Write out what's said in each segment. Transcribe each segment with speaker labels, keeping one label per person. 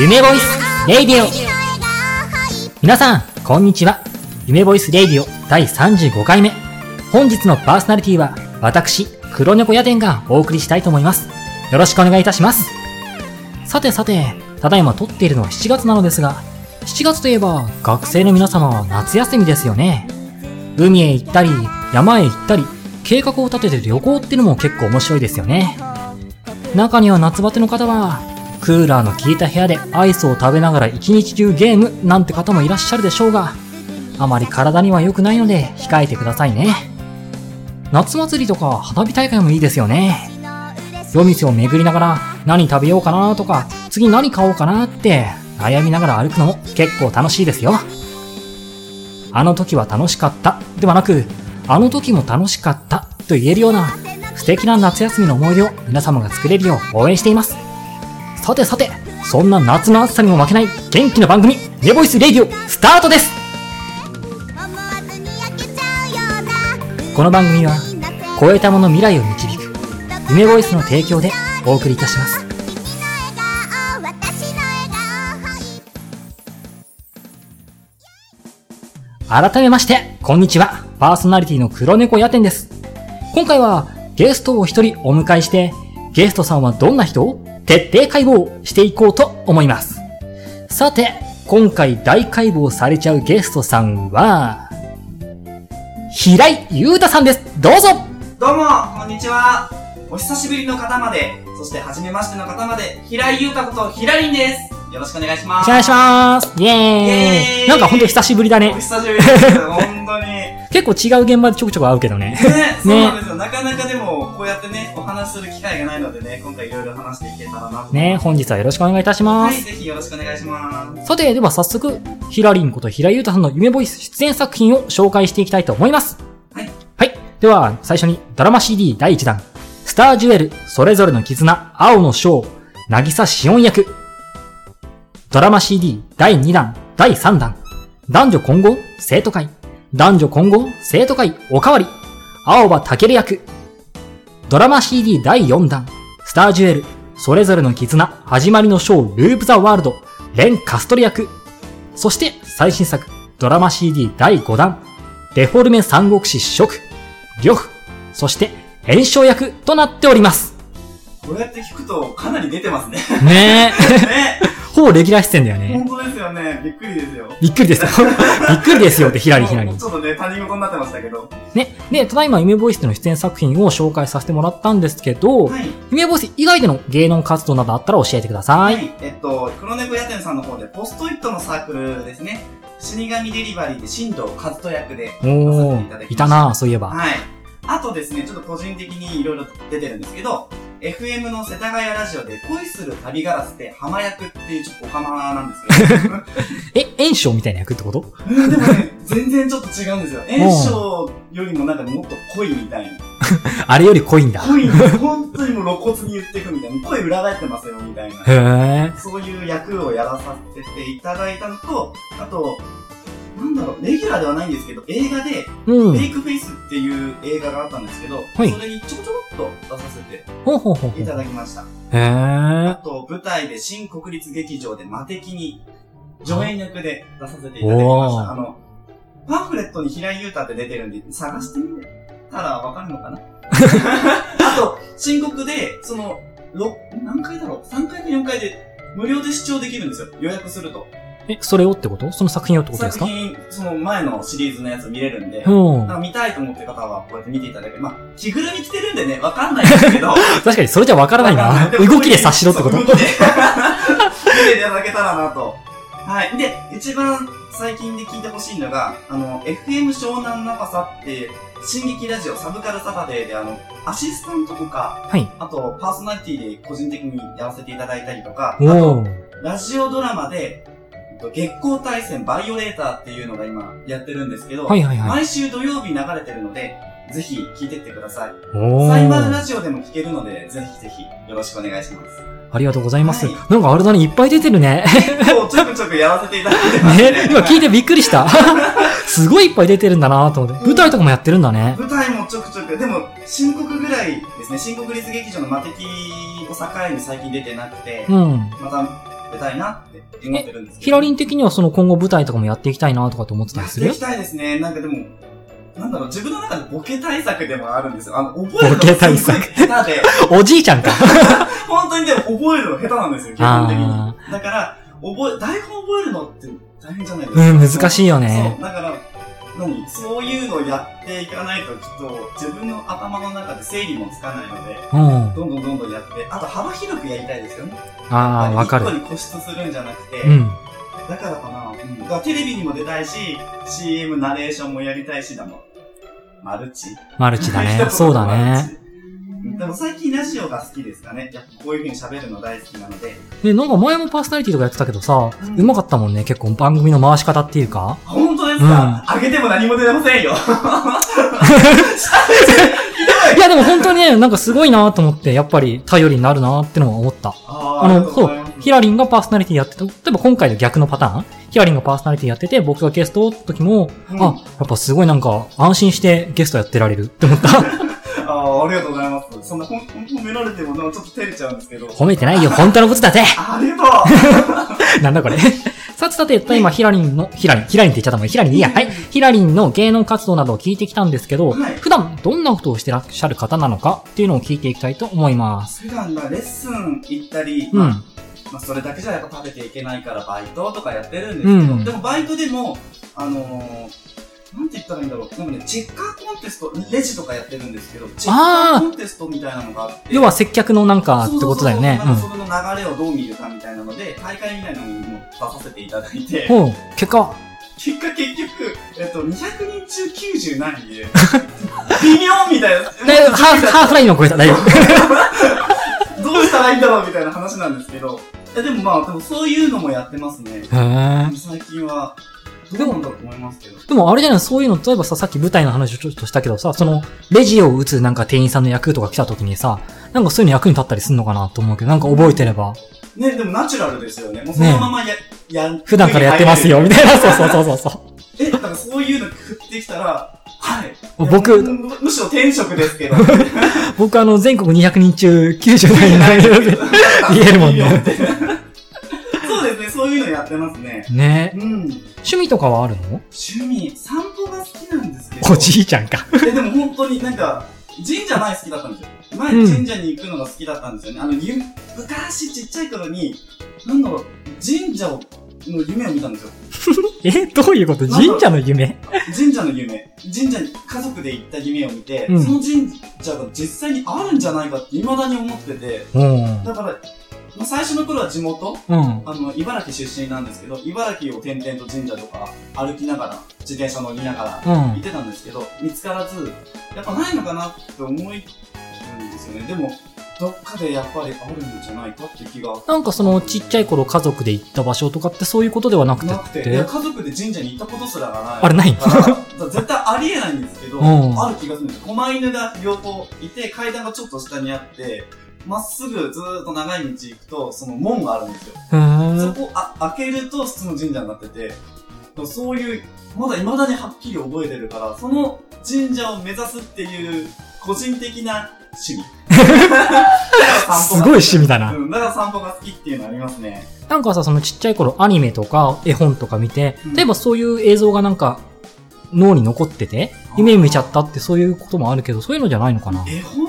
Speaker 1: 夢ボイスレイディオ皆さんこんにちは夢ボイスレイディオ第35回目本日のパーソナリティは私黒猫夜店がお送りしたいと思いますよろしくお願いいたしますさてさてただいま撮っているのは7月なのですが7月といえば学生の皆様は夏休みですよね海へ行ったり山へ行ったり計画を立てて旅行ってのも結構面白いですよね中には夏バテの方はクーラーの効いた部屋でアイスを食べながら一日中ゲームなんて方もいらっしゃるでしょうがあまり体には良くないので控えてくださいね夏祭りとか花火大会もいいですよね夜道を巡りながら何食べようかなとか次何買おうかなって悩みながら歩くのも結構楽しいですよあの時は楽しかったではなくあの時も楽しかったと言えるような素敵な夏休みの思い出を皆様が作れるよう応援していますさてさてそんな夏の暑さにも負けない元気な番組「ネボイスレディオ」スタートですこの番組は超えたもの未来を導く夢ボイスの提供でお送りいたします改めましてこんにちはパーソナリティの黒猫やてんです今回はゲストを一人お迎えしてゲストさんはどんな人を徹底解剖していこうと思いますさて今回大解剖されちゃうゲストさんは平井裕太さんですどうぞ
Speaker 2: どうも、こんにちは。お久しぶりの方まで、そして初めましての方まで、平井優太ことひらりんです。よろしくお願いします。
Speaker 1: お願いしますイエーイ
Speaker 2: イエーイ
Speaker 1: なんかほんと久しぶりだ
Speaker 2: お
Speaker 1: ね。
Speaker 2: 久しぶり です。本当に。ね、
Speaker 1: 結構違う現場でちょくちょく会うけどね。
Speaker 2: そうなんですよ。なかなかでも、こうやってね、お話しする機会がないのでね、今回いろいろ話していけたらなと。
Speaker 1: ね本日はよろしくお願いいたしま
Speaker 2: はい、
Speaker 1: す。
Speaker 2: ぜひよろしくお願いします。
Speaker 1: さて、では早速、ひらりんこと平井裕太さんの夢ボイス出演作品を紹介していきたいと思います。
Speaker 2: はい。
Speaker 1: はい。では、最初にドラマ CD 第1弾。スタージュエル、それぞれの絆、青の章、渚紫音役。ドラマ CD 第2弾、第3弾。男女混合、生徒会。男女混合、生徒会、おかわり。青葉健役。ドラマ CD 第4弾、スタージュエル、それぞれの絆、始まりの章、ループザワールド、レン・カストリ役。そして、最新作、ドラマ CD 第5弾、デフォルメ三国志主食、呂布、そして、炎症役となっております。
Speaker 2: こうやって聞くと、かなり出てま すね。
Speaker 1: ねえ。
Speaker 2: ね、
Speaker 1: ほぼレギュラー出演だよね。
Speaker 2: 本当ですよね。びっくりですよ。
Speaker 1: びっくりですよ。 びっくりですよって、ひらりひらり
Speaker 2: もう。ちょっとね、他人事になってましたけど。
Speaker 1: ね。で、ただいま、夢ボイスでの出演作品を紹介させてもらったんですけど、
Speaker 2: はい。
Speaker 1: 夢ボイス以外での芸能活動などあったら教えてくださ。
Speaker 2: はいい、えっと、黒猫屋店さんの方で、ポストイットのサークルですね。死神デリバリーで、新藤和人役で。
Speaker 1: おー、いたなそういえば。
Speaker 2: はい。あとですね、ちょっと個人的にいろいろ出てるんですけど、FM の世田谷ラジオで、恋する旅ガラスで、浜役っていうちょっとオカマなんですけど、
Speaker 1: え、炎症みたいな役ってこと
Speaker 2: うん でもね、全然ちょっと違うんですよ。炎章よりもなんかもっと濃いみたいな。
Speaker 1: あれより濃いんだ。
Speaker 2: 濃い、本当にもう露骨に言ってくみたいな。声裏返ってますよ、みたいな。
Speaker 1: へー。
Speaker 2: そういう役をやらさせていただいたのと、あと、なんだろう、レギュラーではないんですけど、映画で、
Speaker 1: う
Speaker 2: メ
Speaker 1: ん。
Speaker 2: イクフェイスっていう映画があったんですけど、
Speaker 1: い
Speaker 2: それにちょこちょこっと出させて
Speaker 1: ほうほうほうほ
Speaker 2: いた
Speaker 1: う。
Speaker 2: だきました。
Speaker 1: へ
Speaker 2: あ
Speaker 1: ー。
Speaker 2: と、舞台で新国立劇場で魔敵に、助演役で出させていただきまし
Speaker 1: おー
Speaker 2: た。あの、パンフレットに平井優太って出てるんで、探してみたらわかる のかなあと、新国で、その、ろ何回だろう ?3 回か4回で、無料で視聴できるんですよ。予約すると。
Speaker 1: え、それをってことその作品をってことです
Speaker 2: 作
Speaker 1: か
Speaker 2: 品、その前のシリーズのやつ見れるんで、
Speaker 1: うん
Speaker 2: なん。か見たいと思ってる方はこうやって見ていただけまあ、着ぐるみ着てるんでね、わかんないんで すけど。わ
Speaker 1: 確かにそれじゃわからないな。 動きで察しろってこと
Speaker 2: そう動きで見ていただけたらなと。はい。で、一番最近で聞いてほしいのが、あの、FM 湘南ナパサって、進撃ラジオサブカルサタデーで、あの、アシスタントとか、
Speaker 1: はい。
Speaker 2: あと、パーソナリティで個人的にやらせていただいたりとか、あと、
Speaker 1: おー。
Speaker 2: ラジオドラマで、えっと月光対戦バイオレーターっていうのが今やってるんですけど、
Speaker 1: はいはいはい。
Speaker 2: 毎週土曜日流れてるので、ぜひ聞いてってください。
Speaker 1: お
Speaker 2: サイバーラ
Speaker 1: ー。
Speaker 2: ジオでも聞けるので、ぜひぜひよろしくお願いします。
Speaker 1: ありがとうございます。
Speaker 2: はい
Speaker 1: なんかあれだね、いっぱい出てるね。
Speaker 2: 結構ちょくちょくやらせていただいてますね。
Speaker 1: ね、 今聞いてびっくり した。すごいいっぱい出てるんだなと思って。舞台とかもやってるんだね。
Speaker 2: 舞台もちょくちょく、でも、新国ぐらいですね、新国立劇場の魔敵を境に最近出てなくて、
Speaker 1: うん。
Speaker 2: また、ってたいなって思ってるんですけど。
Speaker 1: ヒラリン的にはその今後舞台とかもやっていきたいなとかって思ってた
Speaker 2: や
Speaker 1: り
Speaker 2: っ
Speaker 1: す
Speaker 2: てい
Speaker 1: る
Speaker 2: きたいですね。なんかでも、なんだろう、自分の中でボケ対策でもあるんですよ。あの、覚えるの
Speaker 1: ボケ対
Speaker 2: がす
Speaker 1: 策
Speaker 2: ごい下手で、
Speaker 1: おじいちゃんか。
Speaker 2: 本当にでも覚えるの下手なんですよ、基本的に。
Speaker 1: あ
Speaker 2: だから、覚え、台本覚えるのって大変じゃないで
Speaker 1: ーう
Speaker 2: すか。
Speaker 1: ん、難しいよね
Speaker 2: そ。う、だから、何そういうのをやっていかないと、きっと自分の頭の中で整理もつかないので、
Speaker 1: うん。あ
Speaker 2: どんどんどんどんやって、あと幅広くやりたいですよね。
Speaker 1: あー、わか
Speaker 2: 一個
Speaker 1: る。
Speaker 2: に固執するんじゃなくて、
Speaker 1: うん。
Speaker 2: だからかな、うん、だからテレビにも出たいし、CM ナレーションもやりたいしだもん。マルチ
Speaker 1: マルチだ ね。そうだ ね。。
Speaker 2: でも最近ラジオが好きですかね。やっぱこういう風に喋るの大好きなので。
Speaker 1: で、なんか前もパーソナリティとかやってたけどさ
Speaker 2: う、ん
Speaker 1: うまかったもんね。結構番組の回し方っていうか。
Speaker 2: あ本当ですか、あげても何も出ませんよ。
Speaker 1: いや、でも本当にね、なんかすごいなと思って、やっぱり頼りになるなってのは思った。
Speaker 2: あ
Speaker 1: あの、そう、ヒ
Speaker 2: ら、
Speaker 1: ラリンがパーソナリティやってて、例えば今回の逆のパターンヒラリンがパーソナリティやってて、僕がゲストの時も、
Speaker 2: うん
Speaker 1: あ、やっぱすごいなんか安心してゲストやってられるって思った。
Speaker 2: あーありがとうございます。そんなほんほん褒められてもなちょっと照れちゃうんですけど。
Speaker 1: 褒めてないよ、本当のことだぜ
Speaker 2: あり が
Speaker 1: なんだこれ。さてさて、今、ヒラリンの、ヒラリン、ヒラリンって言っちゃったもん、ヒラリンでいいや。はい。ヒラリンの芸能活動などを聞いてきたんですけど、
Speaker 2: はい
Speaker 1: 普段どんなことをしてらっしゃる方なのかっていうのを聞いていきたいと思いま
Speaker 2: と
Speaker 1: す。
Speaker 2: う。普段はレッスン行ったり、
Speaker 1: う
Speaker 2: まあ
Speaker 1: ん。
Speaker 2: まあ、それだけじゃやっぱ食べていけないからバイトとかやってるんですけど、
Speaker 1: うん
Speaker 2: でもバイトでも、あのー、なんて言ったらいいんだろう。でもね、チェッカーコンテスト、レジとかやってるんですけど、チェッカーコンテストみたいなのがあって、
Speaker 1: 要は接客のなんかっ
Speaker 2: そう
Speaker 1: て
Speaker 2: そう
Speaker 1: ことだよね。
Speaker 2: そうなんかそれの流れをどう見るかみたいなので、大会みたいなのにも出させていただいて、
Speaker 1: うん。ほう、結果は、
Speaker 2: 結果結局、えっと、200人中90何人 で、微妙みたいな。
Speaker 1: だいぶハーフ、ハーフラインを超えた、大丈夫。
Speaker 2: どうしたらいいんだろうみたいな話なんですけど。いやでもまあ、でもそういうのもやってますね。
Speaker 1: へえ。
Speaker 2: 最近は、どうなんだと思いますけど。
Speaker 1: でもあれじゃない、そういうの、例えばさ、さっき舞台の話をちょっとしたけどさ、その、レジを打つなんか店員さんの役とか来た時にさ、なんかそういうの役に立ったりするのかなと思うけど、なんか覚えてれば、
Speaker 2: ね、でもナチュラルですよね。もうそのままや、やん
Speaker 1: 普段からやってますよ、みたいな、そうそうそうそうそ
Speaker 2: え、だからそういうの振ってきたら、はい。
Speaker 1: う。僕、
Speaker 2: むむしろ転職で すけど。
Speaker 1: 僕あの、全国200人中90人ないので、言えるもんね。
Speaker 2: そうですね、そういうのやってますね。
Speaker 1: ね
Speaker 2: うん。
Speaker 1: 趣味とかはあるの
Speaker 2: 趣味、散歩が好きなんですけど。
Speaker 1: おじいちゃんか。
Speaker 2: え、でも本当になんか、神社前好きだったんですよ。前
Speaker 1: うん
Speaker 2: 神社に行くのが好きだったんですよね。あの、ゆ、昔ちっちゃい頃に、なんだろう、神社を、の夢を見たんですよ。
Speaker 1: え、どういうこと神社の夢
Speaker 2: 神社の夢。神社に家族で行った夢を見て、
Speaker 1: うん
Speaker 2: その神社が実際にあるんじゃないかって未だに思ってて、
Speaker 1: うん。
Speaker 2: だから、まあ、最初の頃は地元、
Speaker 1: うん。
Speaker 2: あの、茨城出身なんですけど、茨城を転々と神社とか歩きながら、自転車乗りながら、
Speaker 1: う
Speaker 2: 見
Speaker 1: ん。
Speaker 2: てたんですけど、見つからず、やっぱないのかなって思いうんですよね。でも、どっかでやっぱりあるんじゃないかって気が
Speaker 1: なんかその、ちっちゃい頃家族で行った場所とかってそういうことではなくて
Speaker 2: な
Speaker 1: っ
Speaker 2: くて、い
Speaker 1: て
Speaker 2: や。家族で神社に行ったことすらがない。
Speaker 1: あれない
Speaker 2: だから絶対ありえないんですけど、
Speaker 1: うん
Speaker 2: ある気がするんですよ。狛犬が両方いて、階段がちょっと下にあって、まっすぐずーっと長い道行くと、その門があるんですよ。
Speaker 1: へー
Speaker 2: そこあ開けると普通の神社になってて、そういう、まだ未だにはっきり覚えてるから、その神社を目指すっていう個人的な趣味。
Speaker 1: すごい趣
Speaker 2: 味。
Speaker 1: 味だな。
Speaker 2: うん、だから散歩が好きっていうのありますね。
Speaker 1: なんかさ、そのちっちゃい頃アニメとか絵本とか見て
Speaker 2: うん、
Speaker 1: 例えばそういう映像がなんか脳に残ってて、夢見ちゃったってそういうこともあるけど、そういうのじゃないのかな。
Speaker 2: 絵本、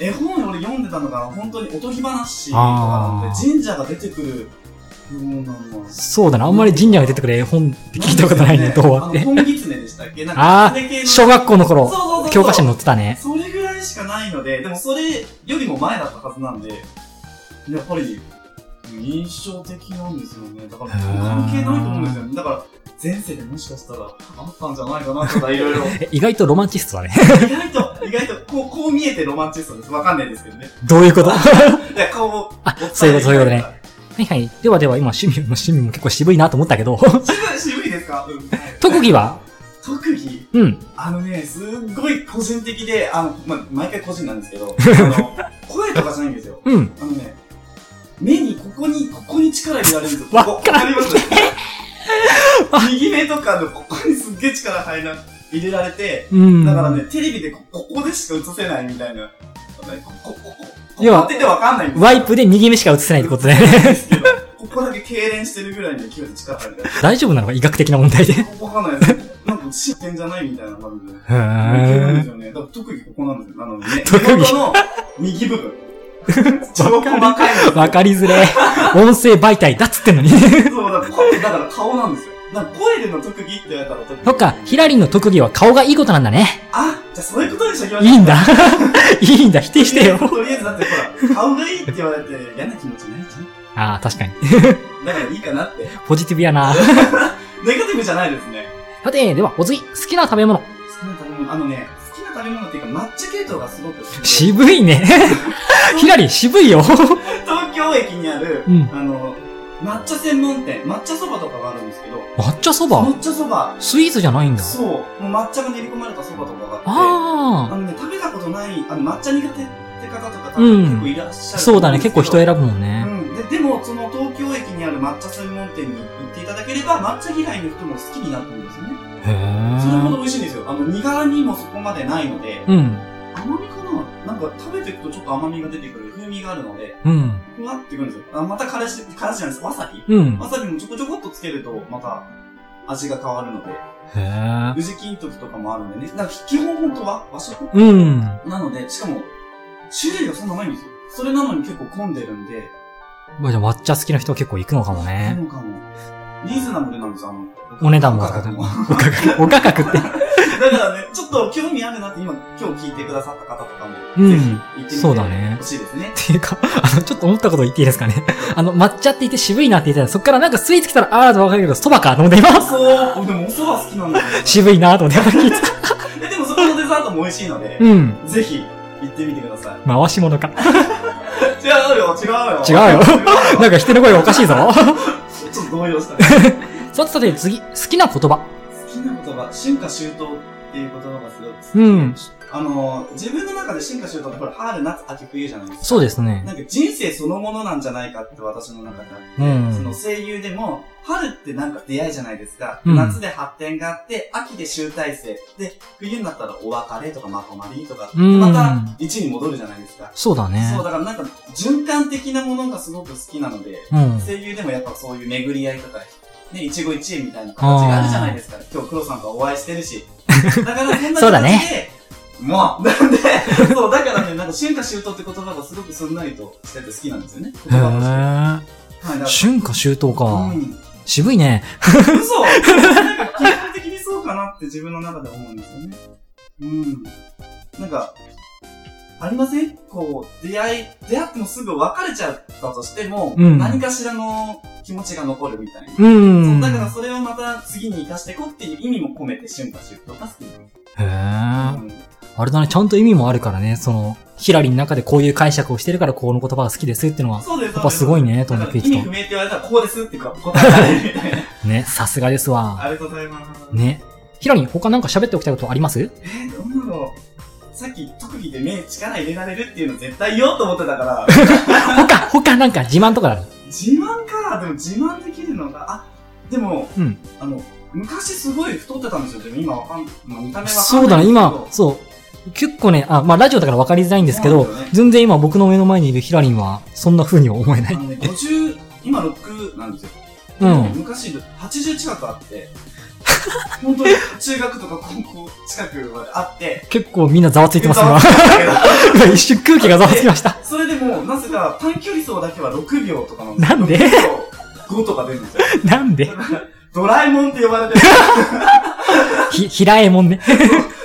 Speaker 2: 絵本俺読んでたのが本当におとぎ話とかなの
Speaker 1: あ
Speaker 2: で、
Speaker 1: ー
Speaker 2: 神社が出てくるものなの。
Speaker 1: そうだな、あんまり神社が出てくる絵本って聞いたことない ね、どう
Speaker 2: あ
Speaker 1: はっ
Speaker 2: の、
Speaker 1: て。
Speaker 2: 本狐でしたっけなん
Speaker 1: あー
Speaker 2: 狐系の
Speaker 1: 小学校の頃
Speaker 2: そうそうそうそう
Speaker 1: 教科書に載ってたね。
Speaker 2: それぐらいしかないので、でもそれよりも前だったはずなんで、やっぱり印象的なんですよね。だから
Speaker 1: へー
Speaker 2: 関係ないと思うんですよね。だから前世でもしかしたらあったんじゃないかなとかいろいろ。
Speaker 1: え意外とロマンチストだね。
Speaker 2: 意外と、意外とこう、こう見えてロマンチストです。わかんないですけどね。
Speaker 1: どういうこと は
Speaker 2: で、顔を。あ
Speaker 1: そういうことそういうことね。いはい。ではでは、今趣味も趣味も結構渋いなと思った けど、
Speaker 2: 渋い、渋いですかうん。
Speaker 1: 特技は
Speaker 2: 特技
Speaker 1: うん。
Speaker 2: あのね、すっごい個人的で、あの、ま、毎回個人なんですけど、あの、声とかじゃないんですよ。
Speaker 1: うん。
Speaker 2: あのね、目に、ここに、ここに力入れられるんですよ。
Speaker 1: わ
Speaker 2: ここわかります 右目とかのここにすっげえ力入ら、入れられて、
Speaker 1: うん。
Speaker 2: だからね、テレビでこここでしか映せないみたいな。ここ、ここ、ここ
Speaker 1: 要は
Speaker 2: って言ってわかんないんですよ
Speaker 1: ワイプで右目しか映せないってことだよね。
Speaker 2: ですけど、ここだけ痙攣してるぐらいの勢いで力入る。
Speaker 1: 大丈夫なのか医学的な問 題で。へ
Speaker 2: わかんないです。なんか知ってんじゃないみたいな感じで。いけるんで
Speaker 1: ー
Speaker 2: すよね。だから特技ここなんですよ。なので、ね、
Speaker 1: 特技
Speaker 2: 根元の 右部分。 超細かいの。
Speaker 1: わかりづ れえ。音声媒体だっつってん のに。
Speaker 2: そうだ、声だから顔なんですよ。なんか声での特技って言われたら特技。
Speaker 1: そっか、ヒラリンの特技は顔がいいことなんだね。
Speaker 2: あ、じゃあそういうことにしときましょ う
Speaker 1: いいんだ。 いいんだ、否定してよ。
Speaker 2: とりあえずだってほら、顔がいいって言われて嫌な気持ちないじゃん。
Speaker 1: ああ、確かに。
Speaker 2: だからいいかなって。
Speaker 1: ポジティブやな。
Speaker 2: ネガティブじゃないですね。
Speaker 1: さて、では、お次、好きな食べ物。
Speaker 2: 好きな食べ物、あのね、好きな食べ物っていうか抹茶系統がすごく好きで
Speaker 1: 渋い ね。ヒラリン、渋いよ。
Speaker 2: 東京駅にある、
Speaker 1: うん
Speaker 2: あの、抹茶専門店、抹茶そばとかがあるんですけど、
Speaker 1: 抹茶そば
Speaker 2: 抹茶そば、
Speaker 1: スイーツじゃないんだ。
Speaker 2: そう、もう抹茶が練り込まれたそばとかがあって、あ
Speaker 1: あ
Speaker 2: のね、食べたことない、あの、抹茶苦手って方とか多
Speaker 1: うん
Speaker 2: 分結構いらっしゃ
Speaker 1: あ。
Speaker 2: る
Speaker 1: そうだね、結構人
Speaker 2: 選
Speaker 1: 選ぶもんね。
Speaker 2: うん、ででも、その東京駅にある抹茶専門店に行っていただければ、抹茶嫌いの人も好きになってくるんですよね。
Speaker 1: へ
Speaker 2: それほど
Speaker 1: え。
Speaker 2: 美味しいんですよ。あの、苦味もそこまでないので、
Speaker 1: うん。
Speaker 2: 甘みかななんか食べていくとちょっと甘みが出てくる風味があるので、
Speaker 1: うん。
Speaker 2: ふわってくるんですよ。あまたからし、からしじゃないです。わさび
Speaker 1: うん。
Speaker 2: わさびもちょこちょこっとつけると、また味が変わるので、
Speaker 1: へえ。
Speaker 2: 宇治金時とかもあるんでね。だから基本本当は和食
Speaker 1: うん。
Speaker 2: なので、しかも、種類がそんなないんですよ。それなのに結構混んでるんで、
Speaker 1: まあじゃあ抹茶好きな人は結構行くのかも
Speaker 2: な
Speaker 1: ね。
Speaker 2: のかも。リーズナブルなんですよ、あの。
Speaker 1: お値段も高
Speaker 2: 価格
Speaker 1: く。お価格、お価格って。
Speaker 2: だからね、ちょっと興味あるなって今、今日聞いてくださった方とかも、
Speaker 1: うん
Speaker 2: ぜひ行ってみ
Speaker 1: そうだね
Speaker 2: てほしいですね。
Speaker 1: っていうか、 あの、ちょっと思ったこと言っていいですかね。あの、抹茶って言って渋いなって言ってたら、そっからなんかスイーツ来たら、あーとわかるけど、蕎麦かと思って今、
Speaker 2: そう、でもお蕎麦好き なんだよ。
Speaker 1: 渋いなと思って 聞いてた。
Speaker 2: えでもそこのデザートも美味しいので、
Speaker 1: うん。
Speaker 2: ぜひ行ってみてください。
Speaker 1: 回し物か。
Speaker 2: 違うよ、違うよ。
Speaker 1: 違うよなんか否定の声がおかしいぞ。
Speaker 2: ちょっと動揺した。好
Speaker 1: さてさて、次、好きな言葉。
Speaker 2: きな言葉、春夏秋冬っていう言葉がすごいです。
Speaker 1: うん。
Speaker 2: あのー、自分の中で春夏秋冬ってこれ春、夏、秋、冬じゃないですか。
Speaker 1: そうですね。
Speaker 2: なんか人生そのものなんじゃないかって私の中であって、
Speaker 1: うん
Speaker 2: その声優でも、春ってなんか出会いじゃないですか。
Speaker 1: うん
Speaker 2: 夏で発展があって、秋で集大成。で、冬になったらお別れとかまとまりとか、
Speaker 1: うん
Speaker 2: また一に戻るじゃないですか。
Speaker 1: そうだね
Speaker 2: そう、。だからなんか循環的なものがすごく好きなので、
Speaker 1: うん。
Speaker 2: 声優でもやっぱそういう巡り合いとか、ね、一期一会みたいな形があるじゃないですか。今日黒さんとはお会いして るし。だからそんな
Speaker 1: そう
Speaker 2: 形
Speaker 1: だ
Speaker 2: で、
Speaker 1: ね
Speaker 2: もう、なんで、そう、だからね、なんか春夏秋冬って言葉がすごくすんなりとしてて好きなんですよね。
Speaker 1: へ
Speaker 2: 言葉として。はい、
Speaker 1: ー。
Speaker 2: だか
Speaker 1: 春夏秋冬
Speaker 2: ら、
Speaker 1: か
Speaker 2: う。ん。
Speaker 1: 渋いね。
Speaker 2: 嘘なんか基本的にそうかなって自分の中で思うんですよね。うん。なんか、ありませんこう、出会い、出会ってもすぐ別れちゃったとしても、
Speaker 1: うん
Speaker 2: 何かしらの気持ちが残るみたいな。
Speaker 1: う。
Speaker 2: そうんだからそれをまた次に活かしていこうっていう意味も込めて春夏秋冬が好きです。
Speaker 1: へー。
Speaker 2: うん
Speaker 1: あれだね、ちゃんと意味もあるからね、その、ヒラリンの中でこういう解釈をしてるから、この言葉が好きですってのは、
Speaker 2: そうです。
Speaker 1: やっぱすごい
Speaker 2: ね。
Speaker 1: ね、
Speaker 2: だ
Speaker 1: と
Speaker 2: か
Speaker 1: ん
Speaker 2: ら
Speaker 1: く
Speaker 2: 意
Speaker 1: いき
Speaker 2: 味不
Speaker 1: と。
Speaker 2: 明って言われたらこうですっていうか答えられるみたいな。
Speaker 1: ね、さすがですわ。
Speaker 2: ありがとうございます。
Speaker 1: ね。ヒラリン、他なんか喋っておきたいことあります
Speaker 2: えー、どんなのさっき特技で目力入れられるっていうの絶対言おうと思って たから、
Speaker 1: 他、他なんか自慢とかある
Speaker 2: 自慢か、でも自慢できるのが、あ、でも、
Speaker 1: うん
Speaker 2: あの、昔すごい太ってたんですよ。でも今わかん、まあ見た目わかんないんですけど。
Speaker 1: そうだね、今、そう。結構ね、あ、まあラジオだから分かりづらいんですけど
Speaker 2: そうなんだよね、
Speaker 1: 全然今僕の目の前にいるヒラリンは、そんな風には思えない
Speaker 2: あ。のね、50、今6なんですよ。
Speaker 1: うん。
Speaker 2: 昔80近くあって、 本当に中学とか高校近くまであって、
Speaker 1: 結構みんなざわついてます今。今 一瞬空気がざわつきました。
Speaker 2: それでもう、なぜか短距離走だけは6秒とかなんです
Speaker 1: なんで
Speaker 2: ?6 秒5とか出るんですよ。
Speaker 1: なんで
Speaker 2: ドラえもんって呼ばれて
Speaker 1: ひ、ひらえもんね。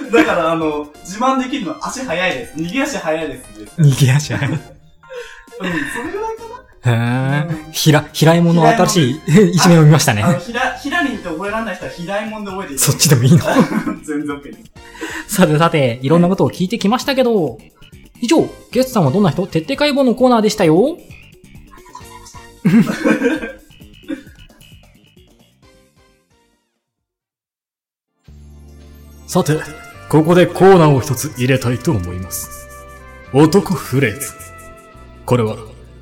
Speaker 2: る。だから、あの、自慢できるのは足速いです。逃げ足速いです。うん、
Speaker 1: 逃げ足早い。へ
Speaker 2: それぐらいか
Speaker 1: ー。ひら、ひらえもんの新しい 一面を見ましたね
Speaker 2: な。あ。の、ひら、ひらりんって覚えられない人はひらえもんで覚えていただ
Speaker 1: そ
Speaker 2: け
Speaker 1: っちでもいいの。
Speaker 2: 全然 OK で す。
Speaker 1: さてさて、いろんなことを聞いてきましたけど、以上、ゲストさんはどんな人徹底解剖のコーナーでしたよ。
Speaker 3: さて、ここでコーナーを一つ入れたいと思います。男フレーズ。これは、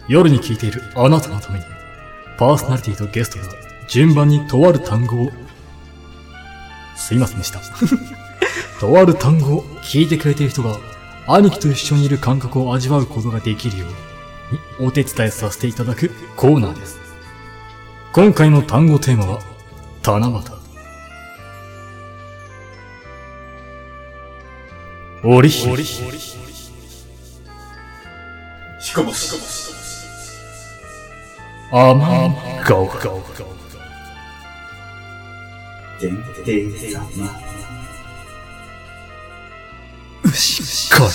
Speaker 3: 夜に聞いているあなたのために、パーソナリティとゲストが順番にとある単語を、すいませんでした。とある単語を聞いてくれている人が、兄貴と一緒にいる感覚を味わうことができるように、お手伝いさせていただくコーナーです。今回の単語テーマは、七夕。折りひ
Speaker 4: しかもしかもしかもし
Speaker 3: 甘い顔。
Speaker 2: でんでんさま。
Speaker 3: か
Speaker 2: さ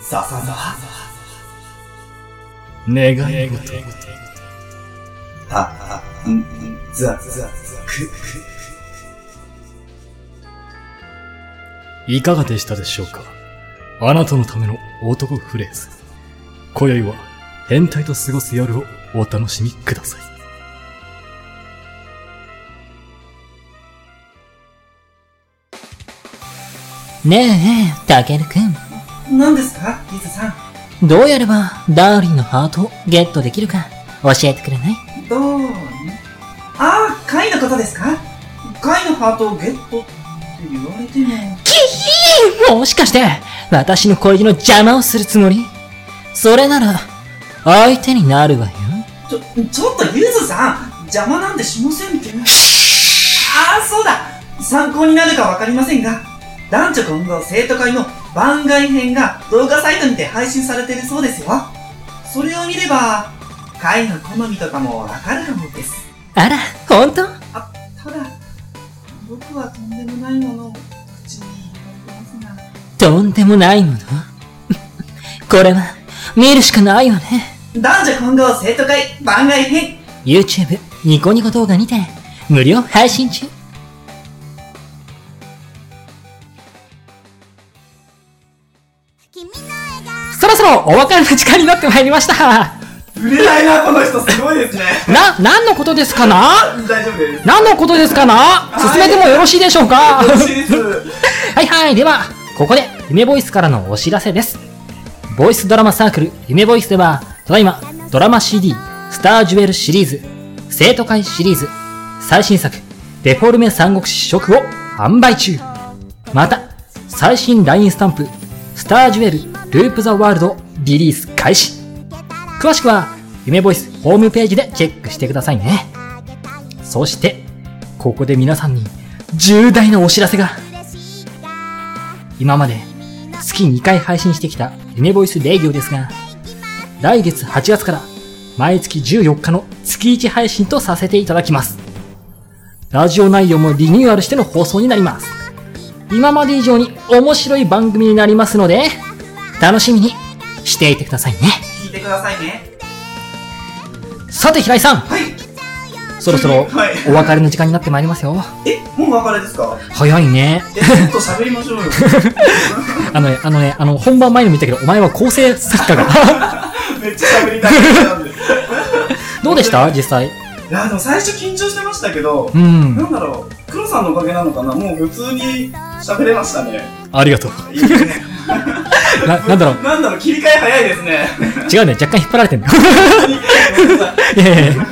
Speaker 2: ささ。
Speaker 3: 願い事。
Speaker 2: た、た、ん、ざ、ざ、く、
Speaker 3: いかがでしたでしょうかあなたのための男フレーズ。今宵は変態と過ごす夜をお楽しみください。
Speaker 1: ねえねえ、たけるくん。
Speaker 2: 何ですかリズさん。
Speaker 1: どうやれば、ダーリンのハートをゲットできるか、教えてくれない
Speaker 2: どうね。ああ、貝のことですか貝のハートをゲットって言われても。
Speaker 1: もしかして、私の恋路の邪魔をするつもりそれなら、相手になるわよ。
Speaker 2: ちょ、ちょっとゆずさん邪魔なんてしませんけど。ああ、そうだ参考になるかわかりませんが、男女混合生徒会の番外編が動画サイトにて配信されてるそうですよ。それを見れば、貝の好みとかもわかるかもです。
Speaker 1: あら、ほんと
Speaker 2: ただ、僕はとんでもないものを口に入れられてますが。
Speaker 1: とんでもないもの。 これは、見るしかないわね。
Speaker 2: 男女混合生徒会番外編
Speaker 1: YouTube、ニコニコ動画にて、無料配信中。そろそろお別れの時間になってまいりました。
Speaker 2: 売れないな、この人すごいですね
Speaker 1: な、何のことですかな
Speaker 2: 大丈夫です
Speaker 1: 何のことですかな進めてもよろしいでしょうか
Speaker 2: 楽しいです
Speaker 1: はいはい、では、ここで、夢ボイスからのお知らせです。ボイスドラマサークル、夢ボイスでは、ただいま、ドラマ CD、スタージュエルシリーズ、生徒会シリーズ、最新作、デフォルメ三国志試食を販売中。また、最新 LINE スタンプ、スタージュエル、ループザワールド、リリース開始。詳しくは、夢ボイスホームページでチェックしてくださいね。そして、ここで皆さんに、重大なお知らせが。今まで月2回配信してきた夢ボイスレイディオですが、来月8月から毎月14日の月1配信とさせていただきます。ラジオ内容もリニューアルしての放送になります。今まで以上に面白い番組になりますので、楽しみにしていてくださいね。
Speaker 2: 聞いてくださいね
Speaker 1: さて平井さん、
Speaker 2: はい
Speaker 1: そろそろ
Speaker 2: はい
Speaker 1: お別れの時間になってまいりますよ。
Speaker 2: え、もうお別れですか
Speaker 1: 早いね。
Speaker 2: え、ちょっと喋りまし ょうよ
Speaker 1: あのね、あのね、あの、本番前にも言ったけど、お前は構成作家が。
Speaker 2: めっちゃ喋りたい なんでい
Speaker 1: どうでした実際。
Speaker 2: や、でも最初緊張してましたけど
Speaker 1: う、ん
Speaker 2: な。んだろう黒さんのおかげなのかなもう普通に喋れました ね
Speaker 3: ありがとう。
Speaker 2: いいですね
Speaker 1: な、なんだろう。
Speaker 2: なんだろう切り替え早いです ね
Speaker 1: 違うね、 若干引っ張られてんだよ。
Speaker 2: ごめんなさい
Speaker 1: いやいやいや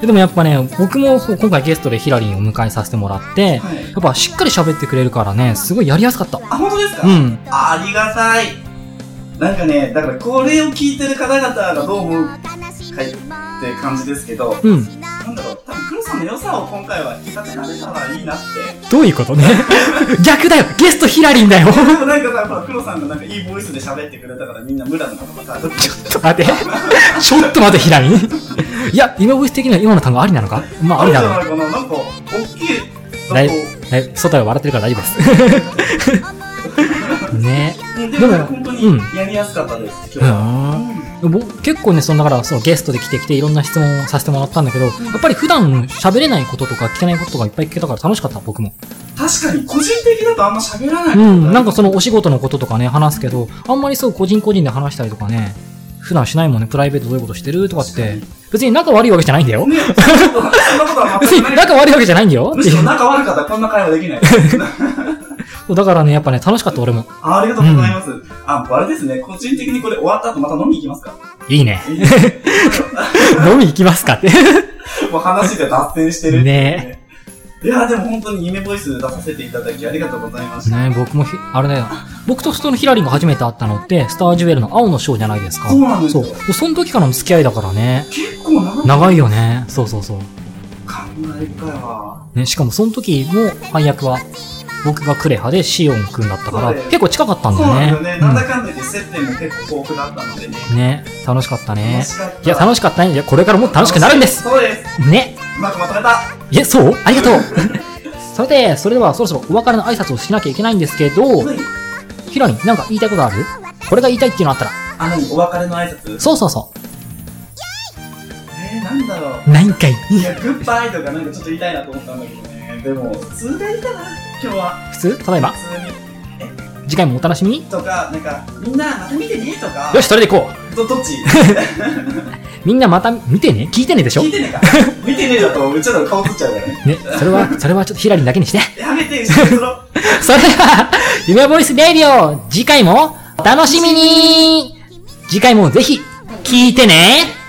Speaker 1: でもやっぱね、僕もそう今回ゲストでヒラリンをお迎えさせてもらって、
Speaker 2: はい
Speaker 1: やっぱしっかり喋ってくれるからね、すごいやりやすかった。
Speaker 2: あ、本当ですか
Speaker 1: うん。
Speaker 2: ありがたいなんかね、だからこれを聞いてる方々がどう思うかって感じですけど、
Speaker 1: うん。
Speaker 2: なんだろう、多分黒さんの良さを今回は引き立てられたらいいなって。
Speaker 1: どういうことね。 逆だよゲストヒラリンだよ
Speaker 2: でもなんかさ、ほら、黒さんがなんかいいボイスで喋ってくれたからみんな無駄なことがさ、
Speaker 1: ちょっと待って。ちょっと待って、ヒラリン。いや、今ボイス的には今の単語ありなのかまあ、あり
Speaker 2: じ
Speaker 1: だ
Speaker 2: ゃ
Speaker 1: ろう。
Speaker 2: ないかな、なんか、大きい、
Speaker 1: だ
Speaker 2: ないんか
Speaker 1: だい外は笑ってるから大丈夫です。 ね
Speaker 2: うん、でもなんか
Speaker 1: でも
Speaker 2: 本当
Speaker 1: うん
Speaker 2: にやりやすかったです、
Speaker 1: う
Speaker 2: 今日は。
Speaker 1: ん。
Speaker 2: うん
Speaker 1: 僕結構ね、そのだからそのゲストで来てきていろんな質問をさせてもらったんだけど、やっぱり普段喋れないこととか聞けないこととかいっぱい聞けたから楽しかった、僕も。
Speaker 2: 確かに、個人的だとあんま喋らない。
Speaker 1: うん、なんかそのお仕事のこととかね、話すけど、あんまりそう個人個人で話したりとかね、普段しないもんね、プライベートどういうことしてるとかって、別に仲悪いわけじゃないん だよ。
Speaker 2: ね、そんなことはそんなことは
Speaker 1: 別
Speaker 2: 全
Speaker 1: に
Speaker 2: く ない。
Speaker 1: 仲悪いわけじゃないんだよ。
Speaker 2: むしろ仲悪かったらこんな会話できない。
Speaker 1: だからね、やっぱね、楽しかった俺も。
Speaker 2: あありがとうございます。あ、あれですね。個人的にこれ終わった後また飲み行きま すか
Speaker 1: いいね。
Speaker 2: いいですね
Speaker 1: 飲み行きますかって。
Speaker 2: もう話で脱線してる。
Speaker 1: ね
Speaker 2: いや、でも本当に夢ボイス出させていただきありがとうございました。
Speaker 1: ね僕もひ、あれだよ。僕とそのヒラリンが初めて会ったのって、スタージュエルの青の章じゃないですか。
Speaker 2: そうなんです
Speaker 1: そ
Speaker 2: よ
Speaker 1: う。その時からの付き合いだからね。
Speaker 2: 結構長く考
Speaker 1: 長いよね。そうそうそう。
Speaker 2: え深いわ。
Speaker 1: ね、しかもその時も配役は、僕がクレハでシオンくんだったから、
Speaker 2: そうだよ
Speaker 1: 結構近かったん
Speaker 2: そ
Speaker 1: だ
Speaker 2: う
Speaker 1: よ
Speaker 2: な
Speaker 1: ね。
Speaker 2: んだよね。なんだかんだ言って接点も結構豊富だったのでね。
Speaker 1: うんね、楽しかったね
Speaker 2: 楽。しかった
Speaker 1: いや、楽しかったね。いや、これからもっと楽しくなるんです。
Speaker 2: そうです。
Speaker 1: ね。
Speaker 2: うまくまとめた。
Speaker 1: いや、そうありがとう。 それで、それではそろそろお別れの挨拶をしなきゃいけないんですけど、
Speaker 2: はい
Speaker 1: ヒロになんか言いたいことあるこれが言いたいっていうのあったら。
Speaker 2: あ、なにお別れの挨拶
Speaker 1: そうそうそ
Speaker 2: えー、なんだろ。
Speaker 1: う。ないんかいう
Speaker 2: いや、グッバイとかなんかちょっと言いたいなと思ったんだけどね。でも、普通がいいかな。今日は。
Speaker 1: 普通例えば、
Speaker 2: 普通に。
Speaker 1: 次回もお楽しみに。
Speaker 2: とか、なんか、みんなまた見てねとか。
Speaker 1: よし、それでいこう。
Speaker 2: ど、どっち
Speaker 1: みんなまた見てね。聞いてねでしょ
Speaker 2: 聞い
Speaker 1: ね、
Speaker 2: てねえか。見てねえだと、うちらの顔映っちゃうからね。
Speaker 1: それは、それはちょっとヒラリンだけにして。
Speaker 2: やめて、後ろにすろ。
Speaker 1: それでは、夢ボイスレディオ、次回もお楽しみに次回もぜひ、聞いてね